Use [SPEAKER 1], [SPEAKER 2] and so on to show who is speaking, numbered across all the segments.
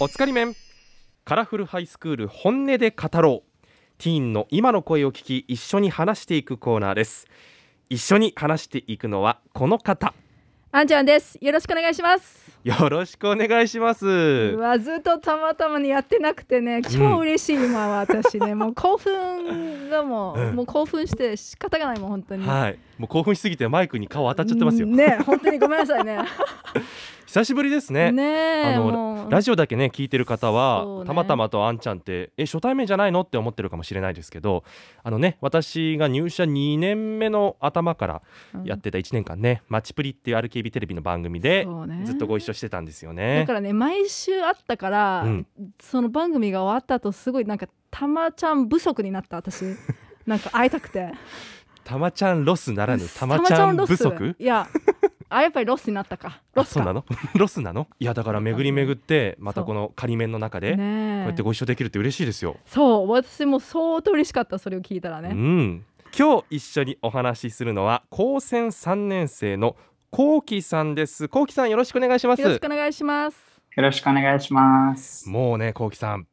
[SPEAKER 1] おつかり面カラフルハイスクール本音で語ろうティーンの今の声を聞き一緒に話していくコーナーです一緒に話していくのはこの方
[SPEAKER 2] あんちゃんですよろしくお願いします
[SPEAKER 1] よろしくお願いします
[SPEAKER 2] うわずっとたまたまにやってなくてね超嬉しい、今は私ねもう興奮がもう、
[SPEAKER 1] うん
[SPEAKER 2] もう興奮して仕方がないもん本当に、
[SPEAKER 1] はいもう興奮しすぎてマイクに顔当たっちゃってますよ
[SPEAKER 2] ね本当にごめんなさいね
[SPEAKER 1] 久しぶりです ね
[SPEAKER 2] ねえ
[SPEAKER 1] あの
[SPEAKER 2] もう
[SPEAKER 1] ラジオだけね聞いてる方
[SPEAKER 2] そう
[SPEAKER 1] は、
[SPEAKER 2] ね
[SPEAKER 1] たまたまとあんちゃんってえ初対面じゃないのって思ってるかもしれないですけどあのね私が入社2年目の頭から
[SPEAKER 2] うん
[SPEAKER 1] やってた1年間ね「マチプリ」っていう RKB テレビの番組で
[SPEAKER 2] そうね
[SPEAKER 1] ずっとご一緒してたんですよ
[SPEAKER 2] だ
[SPEAKER 1] ね
[SPEAKER 2] か。らね毎週あったから、
[SPEAKER 1] うん
[SPEAKER 2] その番組が終わった後すごいなんかたまちゃん不足になった私 なんか会いたくて
[SPEAKER 1] たまちゃんロスならぬたま
[SPEAKER 2] 玉
[SPEAKER 1] ちゃん
[SPEAKER 2] ロス
[SPEAKER 1] 不足
[SPEAKER 2] いやあやっぱりロスになったかロ
[SPEAKER 1] あ
[SPEAKER 2] ス
[SPEAKER 1] そうな
[SPEAKER 2] か
[SPEAKER 1] のロスなのいやだから巡り巡ってまたこの仮面の中でこ
[SPEAKER 2] ね
[SPEAKER 1] う
[SPEAKER 2] え
[SPEAKER 1] やってご一緒できるって嬉しいですよ。
[SPEAKER 2] そう私も相当嬉しかったそれを聞いたら
[SPEAKER 1] う
[SPEAKER 2] ね、
[SPEAKER 1] ん、今日一緒にお話しするのは高専三年生のこうきさんです。こうきさんよろしくお願いしま
[SPEAKER 2] よろし
[SPEAKER 1] す
[SPEAKER 2] く。お願いします
[SPEAKER 3] よろしくお願いします。
[SPEAKER 1] もうねこうきさん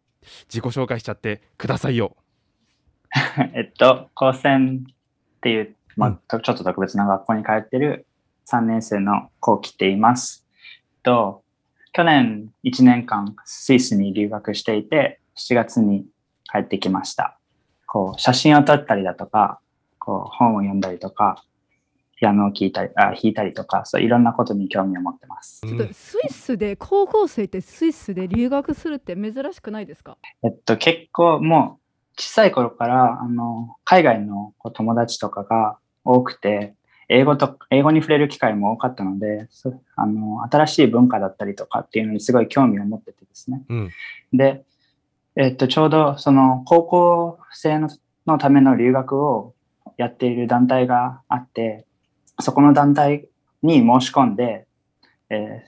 [SPEAKER 1] 自己紹介しちゃってくださいよ。
[SPEAKER 3] えっと、高専っていう、
[SPEAKER 1] うん
[SPEAKER 3] まあ、ちょっと特別な学校に通ってる3年生のこうきっています。えっと、去年1年間スイスに留学していて、7月に帰ってきました。こう、写真を撮ったりだとか、こう、本を読んだりとか、ピアノを聞いたり、あ弾いたりとか、そういろんなことに興味を持ってます。
[SPEAKER 1] う
[SPEAKER 2] ちょ
[SPEAKER 1] ん
[SPEAKER 2] っとスイスで高校生ってスイスで留学するって珍しくないですか
[SPEAKER 3] えっと、結構もう小さい頃から、あの、海外のこう友達とかが多くて、英語と、英語に触れる機会も多かったので、そあの、新しい文化だったりとかっていうのにすごい興味を持っててですね。
[SPEAKER 1] うん
[SPEAKER 3] で、えっと、ちょうどその高校生ののための留学をやっている団体があって、そこの団体に申し込んで、え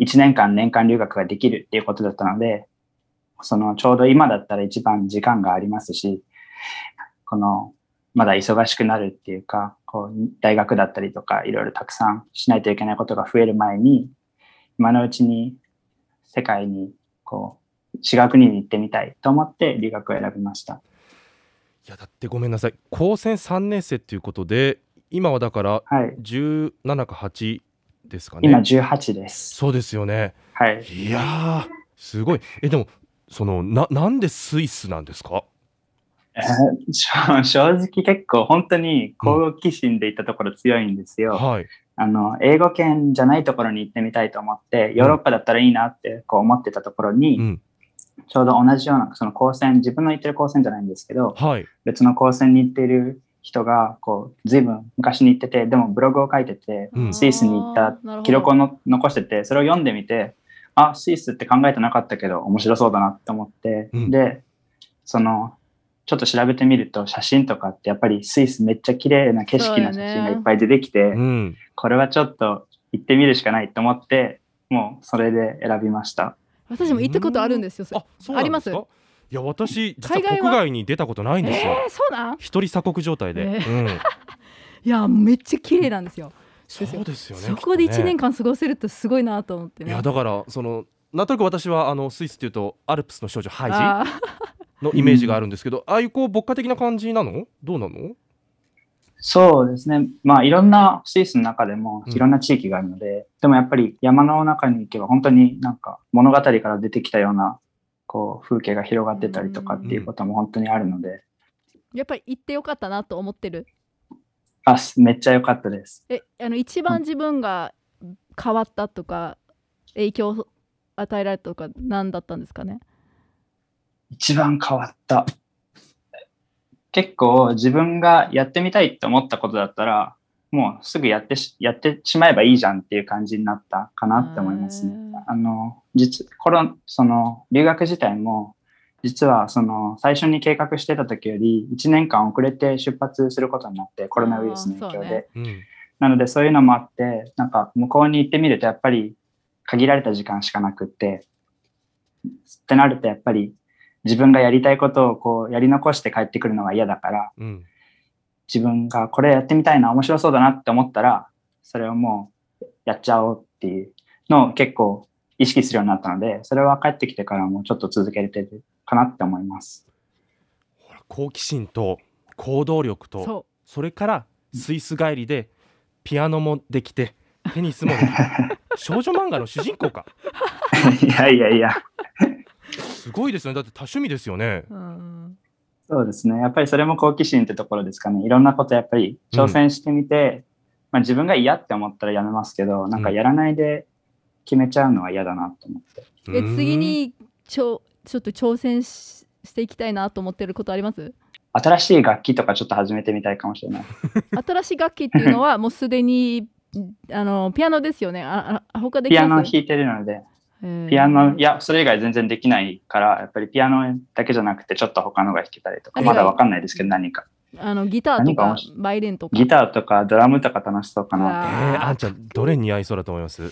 [SPEAKER 3] ー、1年間年間留学ができるっていうことだったので、そのちょうど今だったら一番時間がありますし、このまだ忙しくなるっていうか、こう大学だったりとかいろいろたくさんしないといけないことが増える前に、今のうちに世界にこう違う国に行ってみたいと思って留学を選びました。
[SPEAKER 1] いやだってごめんなさい高専3年生っていうことで今はだから
[SPEAKER 3] はい。
[SPEAKER 1] 17か8ですかね
[SPEAKER 3] 今18です。
[SPEAKER 1] そうですよね
[SPEAKER 3] はい。
[SPEAKER 1] いやーすごいえでもそのななんでスイスなんですか
[SPEAKER 3] えー正正直結構本当に好奇心で行ったところ強いんですよ。
[SPEAKER 1] はい
[SPEAKER 3] あの、英語圏じゃないところに行ってみたいと思って、ヨーロッパだったらいいなってこう思ってたところに、
[SPEAKER 1] うん
[SPEAKER 3] ちょうど同じような、その高専、自分の行ってる高専じゃないんですけど、
[SPEAKER 1] はい
[SPEAKER 3] 別の高専に行っている人が、こう、ずいぶん昔に行ってて、でもブログを書いてて、
[SPEAKER 1] うん
[SPEAKER 3] スイスに行った記録をの残してて、それを読んでみて、あ、スイスって考えてなかったけど、面白そうだなって思って、
[SPEAKER 1] うん
[SPEAKER 3] で、その、ちょっと調べてみると、写真とかってやっぱりスイスめっちゃ綺麗な景色の写
[SPEAKER 2] そうよね
[SPEAKER 3] 真がいっぱい出てきて、
[SPEAKER 1] うん
[SPEAKER 3] これはちょっと行ってみるしかないと思って、もうそれで選びました。
[SPEAKER 2] 私も行ったことあるんですよ
[SPEAKER 1] あそう
[SPEAKER 2] あ
[SPEAKER 1] な
[SPEAKER 2] り
[SPEAKER 1] ん
[SPEAKER 2] ま
[SPEAKER 1] ですすかいや私実は
[SPEAKER 2] 海外
[SPEAKER 1] 国
[SPEAKER 2] は
[SPEAKER 1] 外に出たことないんですよ、
[SPEAKER 2] えー、そうなん
[SPEAKER 1] 一人鎖国状態で、
[SPEAKER 2] え
[SPEAKER 1] うん、
[SPEAKER 2] いやめっちゃ綺麗なんですよ
[SPEAKER 1] そうですよね
[SPEAKER 2] そこで
[SPEAKER 1] きっと
[SPEAKER 2] 1
[SPEAKER 1] ね
[SPEAKER 2] 年間過ごせるってすごいなと思って、
[SPEAKER 1] い
[SPEAKER 2] ね、
[SPEAKER 1] やだからそのなんとなく私はあのスイスっていうとアルプスの少女ハイジ
[SPEAKER 2] あ
[SPEAKER 1] のイメージがあるんですけど、ああいうこう牧歌的な感じなのどうなの
[SPEAKER 3] そうですね。まあいろんなスイスの中でも
[SPEAKER 1] うん
[SPEAKER 3] いろんな地域があるので、でもやっぱり山の中に行けば本当になんか物語から出てきたようなこう風景が広がってたりとかっていうことも本当にあるので、
[SPEAKER 2] ーやっぱり行ってよかったなと思ってる
[SPEAKER 3] あ、すめっちゃ良かったです。
[SPEAKER 2] えあの一番自分が変わったとか影響を与えられたとか何だったんですかね
[SPEAKER 3] 一番変わった。結構自分がやってみたいって思ったことだったら、もうすぐやってし、やってしまえばいいじゃんっていう感じになったかなって思いますね。あの、実、コロン、その、留学自体も、実は、その、最初に計画してた時より、1年間遅れて出発することになって、コロナウイルスの影響
[SPEAKER 2] あー
[SPEAKER 3] で。
[SPEAKER 2] そうね
[SPEAKER 1] うん、
[SPEAKER 3] なので、そういうのもあって、なんか、向こうに行ってみると、やっぱり、限られた時間しかなくって、ってなると、やっぱり、自分がやりたいことを、こう、やり残して帰ってくるのが嫌だから、
[SPEAKER 1] うん、
[SPEAKER 3] 自分がこれやってみたいな、面白そうだなって思ったら、それをもうやっちゃおうっていうのを結構意識するようになったので、それは帰ってきてからもちょっと続けれてるかなって思います。
[SPEAKER 1] ほら好奇心と行動力と
[SPEAKER 2] そ
[SPEAKER 1] それからスイス帰りでピアノもできてテニスもでき て少女漫画の主人公か
[SPEAKER 3] いやいやいや、
[SPEAKER 1] すごいですねだって多趣味ですよね
[SPEAKER 2] う、うん、
[SPEAKER 3] そうですね。やっぱりそれも好奇心ってところですかね。いろんなことやっぱり挑戦してみて、まあ自分が嫌って思ったらやめますけど、なんかやらないで決めちゃうのは嫌だなと思って。
[SPEAKER 2] え
[SPEAKER 1] うん
[SPEAKER 2] 次にちょちょっと挑戦ししていきたいなと思ってることあります
[SPEAKER 3] 新しい楽器とかちょっと始めてみたいかもしれない。
[SPEAKER 2] 新しい楽器っていうの はもうすでにあのピアノですよねああ他でき
[SPEAKER 3] ピ
[SPEAKER 2] ます
[SPEAKER 3] アノ弾いてるので、
[SPEAKER 2] えー
[SPEAKER 3] ピアノ、いや、それ以外全然できないから、やっぱりピアノだけじゃなくて、ちょっと他のが弾けたりとか、
[SPEAKER 2] あ
[SPEAKER 3] まだわかんないですけど、何か。
[SPEAKER 2] あのギターと
[SPEAKER 3] 何が
[SPEAKER 2] か
[SPEAKER 3] 面白
[SPEAKER 2] バイオリンとか
[SPEAKER 3] ギターとかドラムとか楽しそうかな。
[SPEAKER 1] え
[SPEAKER 2] あ
[SPEAKER 1] ー、
[SPEAKER 2] ー
[SPEAKER 1] あんちゃんどれ似合いそうだと思います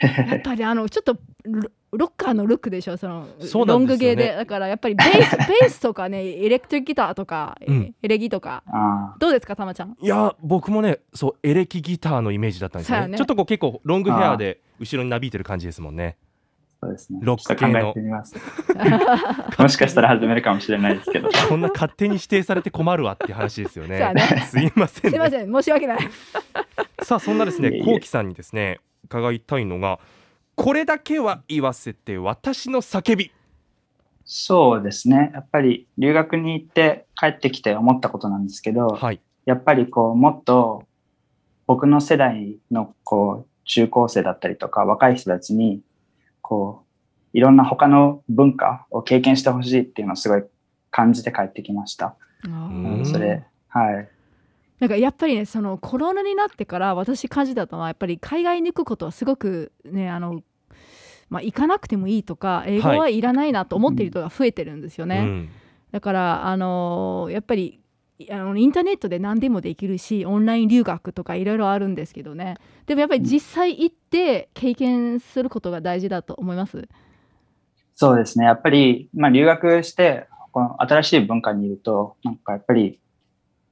[SPEAKER 2] やっぱりあのちょっとロロッカーのルックでしょその
[SPEAKER 1] そうな
[SPEAKER 2] ロ
[SPEAKER 1] ん
[SPEAKER 2] ン
[SPEAKER 1] で
[SPEAKER 2] グ
[SPEAKER 1] すよ
[SPEAKER 2] ゲ
[SPEAKER 1] ね
[SPEAKER 2] ーでだからやっぱりベ ースベースとかねエレクトリックギターとか、
[SPEAKER 1] うん
[SPEAKER 2] エレギとか
[SPEAKER 3] あ
[SPEAKER 2] どうですかたま ちゃん
[SPEAKER 1] いや僕もねそうエレキギターのイメージだったんですよ
[SPEAKER 2] そ
[SPEAKER 1] ね
[SPEAKER 2] うやね
[SPEAKER 1] ちょっとこう結構ロングヘアで後ろになびいてる感じですもんね
[SPEAKER 3] あ、そうですね。
[SPEAKER 1] ロッ
[SPEAKER 3] ち
[SPEAKER 1] ク
[SPEAKER 3] ょっ
[SPEAKER 1] 系
[SPEAKER 3] と考
[SPEAKER 1] の
[SPEAKER 3] えてみます。もしかしたら始めるかもしれないですけど。
[SPEAKER 1] こんな勝手に指定されて困るわって話ですよ
[SPEAKER 2] そ
[SPEAKER 1] ね
[SPEAKER 2] うやね
[SPEAKER 1] すいません,、
[SPEAKER 2] すいません申し訳ない
[SPEAKER 1] さあそんなです
[SPEAKER 3] いえい
[SPEAKER 1] ね
[SPEAKER 3] え
[SPEAKER 1] こうきさんにですね伺いたいのがこれだけは言わせて私の叫び
[SPEAKER 3] そうですね。やっぱり留学に行って帰ってきて思ったことなんですけど、
[SPEAKER 1] はい
[SPEAKER 3] やっぱりこう、もっと僕の世代のこう、中高生だったりとか若い人たちに、こう、いろんな他の文化を経験してほしいっていうのをすごい感じて帰ってきました。
[SPEAKER 1] うん
[SPEAKER 3] それ、はい。
[SPEAKER 2] なんかやっぱりねそのコロナになってから私感じたのはやっぱり海外に行くことはすごくねあのまあ行かなくてもいいとか英語はいらないなと思っている人が増えてるんですよね、
[SPEAKER 1] うん
[SPEAKER 2] だからあのーやっぱりあのインターネットで何でもできるしオンライン留学とかいろいろあるんですけどねでもやっぱり実際行って経験することが大事だと思います。
[SPEAKER 3] そうですね。やっぱり、まあ、留学して、この新しい文化にいると、なんかやっぱり、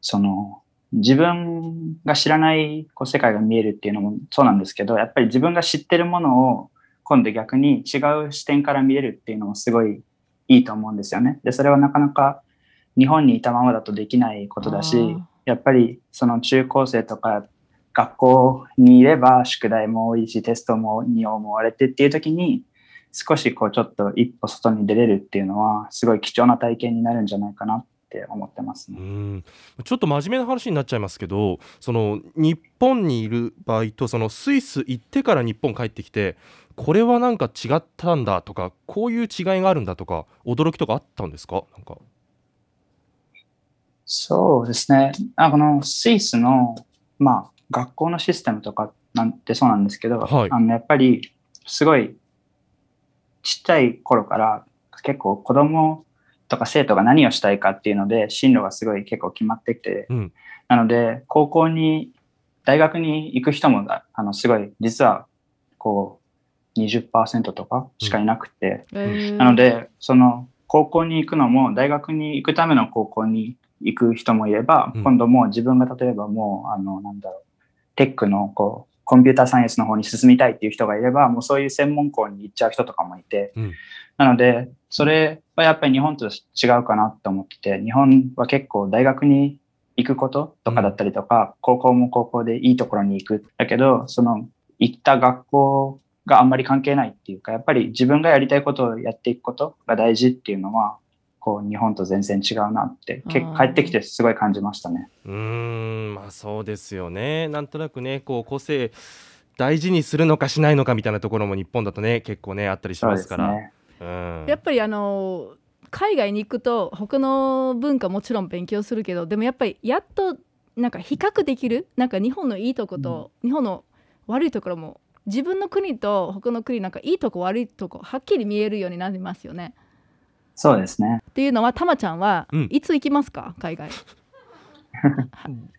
[SPEAKER 3] その、自分が知らないこう世界が見えるっていうのもそうなんですけど、やっぱり自分が知ってるものを、今度逆に違う視点から見れるっていうのもすごいいいと思うんですよね。で、それはなかなか日本にいたままだとできないことだ
[SPEAKER 2] あ
[SPEAKER 3] し
[SPEAKER 2] ー、
[SPEAKER 3] やっぱりその中高生とか学校にいれば宿題も多いしテストもに思われてっていう時に少しこうちょっと一歩外に出れるっていうのはすごい貴重な体験になるんじゃないかなって思ってます
[SPEAKER 1] う
[SPEAKER 3] ね。
[SPEAKER 1] んちょっと真面目な話になっちゃいますけどその日本にいる場合とそのスイス行ってから日本帰ってきてこれはなんか違ったんだとかこういう違いがあるんだとか驚きとかあったんですかなんか
[SPEAKER 3] そうですね。あこのスイスの、まあ、学校のシステムとかなんてそうなんですけど、
[SPEAKER 1] はい
[SPEAKER 3] あのやっぱりすごいちっちゃい頃から結構子供とか生徒が何をしたいかっていうので進路がすごい結構決まってきて、
[SPEAKER 1] うん
[SPEAKER 3] なので高校に大学に行く人もああのすごい実はこう20%とかしかいなくて、なので、その高校に行くのも、大学に行くための高校に行く人もいれば、
[SPEAKER 1] うん
[SPEAKER 3] 今度もう自分が例えばもう、あの、なんだろう、テックのこう、コンピューターサイエンスの方に進みたいっていう人がいれば、もうそういう専門校に行っちゃう人とかもいて、
[SPEAKER 1] うん
[SPEAKER 3] なので、それはやっぱり日本と違うかなと思ってて、日本は結構大学に行くこととかだったりとか、高校も高校でいいところに行く。だけど、その、行った学校があんまり関係ないっていうか、やっぱり自分がやりたいことをやっていくことが大事っていうのは、こう、日本と全然違うなって、結
[SPEAKER 2] あ
[SPEAKER 3] 構
[SPEAKER 2] ー
[SPEAKER 3] 帰ってきてすごい感じましたね。
[SPEAKER 1] うーんまあそうですよねなんとなくねこう個性大事にするのかしないのかみたいなところも日本だとね結構ねあったりしますから
[SPEAKER 3] そうですね。
[SPEAKER 1] うん
[SPEAKER 2] やっぱりあの海外に行くと他の文化もちろん勉強するけどでもやっぱりやっとなんか比較できるなんか日本のいいとこと、日本の悪いところも自分の国と他の国なんかいいとこ悪いとこはっきり見えるようになりますよね。
[SPEAKER 3] そうですね。
[SPEAKER 2] っていうのはたまちゃんは、
[SPEAKER 1] うん
[SPEAKER 2] いつ行きますか 海外は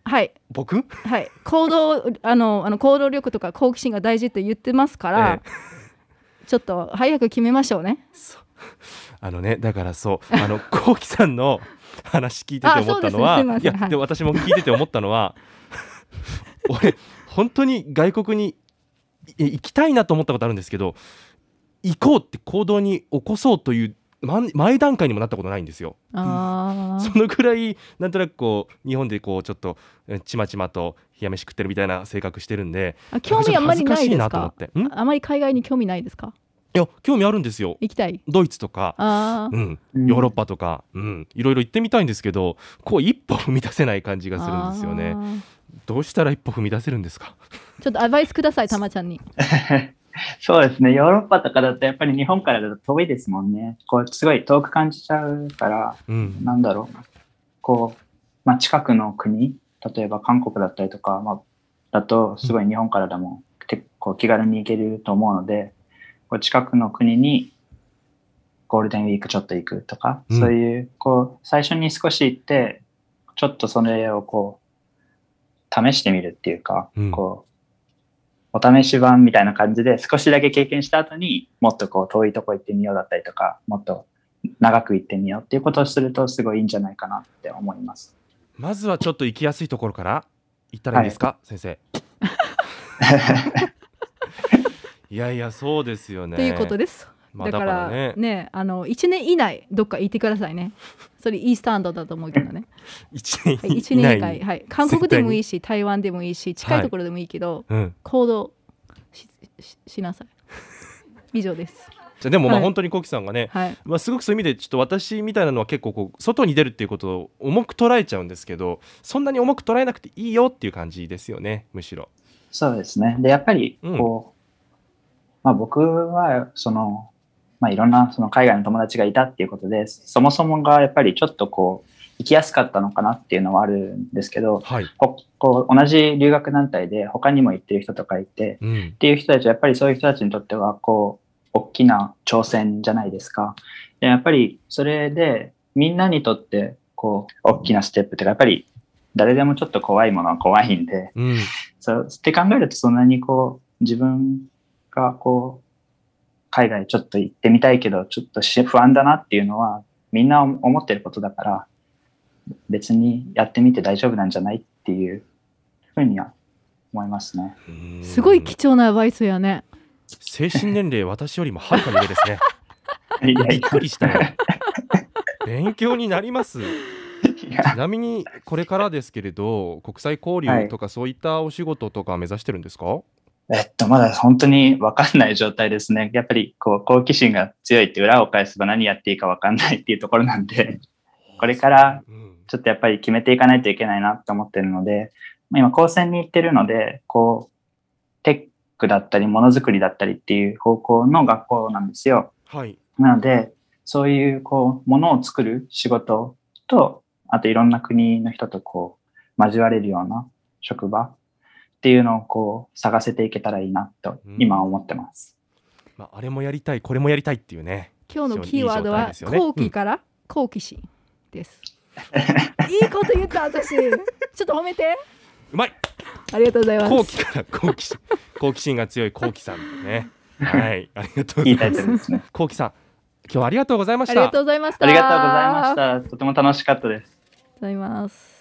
[SPEAKER 2] はい
[SPEAKER 1] 僕
[SPEAKER 2] はい行動あのあの行動力とか好奇心が大事って言ってますから、ちょっと早く決めましょうね
[SPEAKER 1] そう あのねだからそうあの こうきさんの話聞いてて
[SPEAKER 2] あ
[SPEAKER 1] 思ったのは
[SPEAKER 2] そうですねすいません
[SPEAKER 1] や
[SPEAKER 2] はい
[SPEAKER 1] でも私も聞いてて思ったのは 俺本当に外国にい行きたいなと思ったことあるんですけど行こうって行動に起こそうというまん前段階にもなったことないんですよ。
[SPEAKER 2] あ
[SPEAKER 1] そ
[SPEAKER 2] ー
[SPEAKER 1] のくらいなんとなくこう日本でこうちょっとえちまちまと冷や飯食ってるみたいな性格してるんで
[SPEAKER 2] あ興味あんまりない
[SPEAKER 1] ちょっと恥ずかしい
[SPEAKER 2] で
[SPEAKER 1] な
[SPEAKER 2] す
[SPEAKER 1] と思っ
[SPEAKER 2] か
[SPEAKER 1] てんい
[SPEAKER 2] あまり海外に興味ないですか
[SPEAKER 1] や興味あるんですよ
[SPEAKER 2] 行きたい
[SPEAKER 1] ドイツとか、
[SPEAKER 2] あ
[SPEAKER 1] う
[SPEAKER 2] ー
[SPEAKER 1] ん、
[SPEAKER 3] うん
[SPEAKER 1] ヨーロッパとか、うん、いろいろ行ってみたいんですけどこう一歩踏み出せない感じがするんですよね
[SPEAKER 2] あー
[SPEAKER 1] どうしたら一歩踏み出せるんですか
[SPEAKER 2] ちょっとアドバイスくだ さいたまちゃんに
[SPEAKER 3] そうですね。ヨーロッパとかだとやっぱり日本からだと遠いですもんね。こう、すごい遠く感じちゃうから、
[SPEAKER 1] うん
[SPEAKER 3] なんだろう。こう、まあ、近くの国、例えば韓国だったりとか、まあ、だと、すごい日本からでも、結構気軽に行けると思うので、こう近くの国にゴールデンウィークちょっと行くとか、
[SPEAKER 1] うん
[SPEAKER 3] そういう、こう、最初に少し行って、ちょっとそれをこう、試してみるっていうか、
[SPEAKER 1] うん
[SPEAKER 3] こう、お試し版みたいな感じで少しだけ経験した後にもっとこう遠いとこ行ってみようだったりとかもっと長く行ってみようっていうことをするとすごいいいんじゃないかなって思います。
[SPEAKER 1] まずはちょっと行きやすいところから行ったらいいですか、先 生いやいやそうですよね
[SPEAKER 2] ということです
[SPEAKER 1] まあ
[SPEAKER 2] だ
[SPEAKER 1] だ
[SPEAKER 2] か
[SPEAKER 1] から
[SPEAKER 2] ら
[SPEAKER 1] ね
[SPEAKER 2] ねあの1年以内どっか行ってくださいねそれいいスタンダードだと思うけ どね
[SPEAKER 1] 一年
[SPEAKER 2] はい、1
[SPEAKER 1] 以内
[SPEAKER 2] 年以
[SPEAKER 1] に
[SPEAKER 2] 外、はい、韓国でもいいし台湾でもいいし近いところでもいいけど、
[SPEAKER 1] うん、
[SPEAKER 2] 行動しししなさい以上です
[SPEAKER 1] じゃあでもま
[SPEAKER 2] は
[SPEAKER 1] あ
[SPEAKER 2] い
[SPEAKER 1] 本当にコキさんがね、
[SPEAKER 2] はい
[SPEAKER 1] まあ、すごくそういう意味でちょっと私みたいなのは結構こう外に出るっていうことを重く捉えちゃうんですけどそんなに重く捉えなくていいよっていう感じですよねむしろ。
[SPEAKER 3] そうですね。で、やっぱり
[SPEAKER 1] うん
[SPEAKER 3] こう、まあ僕はその、まあいろんなその海外の友達がいたっていうことで、そもそもがやっぱりちょっとこう、行きやすかったのかなっていうのはあるんですけど、
[SPEAKER 1] はい、
[SPEAKER 3] ここう同じ留学団体で他にも行ってる人とかいて、
[SPEAKER 1] うん
[SPEAKER 3] っていう人たちはやっぱりそういう人たちにとってはこう大きな挑戦じゃないですか。でやっぱりそれでみんなにとってこう大きなステップっていうかやっぱり誰でもちょっと怖いものは怖いんで
[SPEAKER 1] うん
[SPEAKER 3] そうって考えるとそんなにこう自分がこう海外ちょっと行ってみたいけどちょっとし不安だなっていうのはみんな思ってることだから別にやってみて大丈夫なんじゃないっていうふうには思いますね。
[SPEAKER 1] うん
[SPEAKER 2] すごい貴重なアドバイスやね
[SPEAKER 1] 精神年齢私よりもはるかに上 ですね
[SPEAKER 3] いや
[SPEAKER 1] びっ
[SPEAKER 3] い
[SPEAKER 1] くりしたよ。勉強になります
[SPEAKER 3] や
[SPEAKER 1] ちなみにこれからですけれど国際交流とかそういったお仕事とか目指してるんですか、
[SPEAKER 3] えっと、まだ本当に分かんない状態ですね。やっぱりこう好奇心が強いって裏を返せば何やっていいか分かんないっていうところなんで、これから
[SPEAKER 1] うん
[SPEAKER 3] ちょっとやっぱり決めていかないといけないなと思ってるので、まあ今、高専に行ってるので、こう、テックだったり、ものづくりだったりっていう方向の学校なんですよ。
[SPEAKER 1] はい
[SPEAKER 3] なので、そういう、こう、ものを作る仕事と、あといろんな国の人とこう、交われるような職場っていうのをこう、探せていけたらいいなと
[SPEAKER 1] うん、
[SPEAKER 3] 今思ってます。
[SPEAKER 1] まあ、あれもやりたいこれもやりたいっていうね
[SPEAKER 2] 今日のキーワードは
[SPEAKER 1] 非常にいい状態ですよね
[SPEAKER 2] 好奇から好奇心です、 いいこと言った私ちょっと褒めて
[SPEAKER 1] うまい
[SPEAKER 2] ありがとうございます
[SPEAKER 1] 好奇から好奇心好奇心が強い好奇さんねはいありがとうござ
[SPEAKER 3] い
[SPEAKER 1] い
[SPEAKER 3] い
[SPEAKER 1] ま
[SPEAKER 3] タイ
[SPEAKER 1] す
[SPEAKER 3] トルですね。
[SPEAKER 1] こうきさん、今日はありがとうございま
[SPEAKER 2] あ
[SPEAKER 1] し
[SPEAKER 2] りが
[SPEAKER 1] た
[SPEAKER 2] と。うございました
[SPEAKER 3] ありがとうございました。とても楽しかったです。
[SPEAKER 2] ありがとうございます